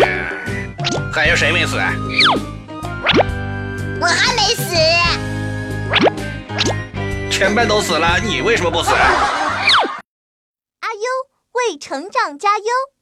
呃感觉谁没死？啊我还没死，前辈啊都死了，你为什么不死？阿优为成长加油。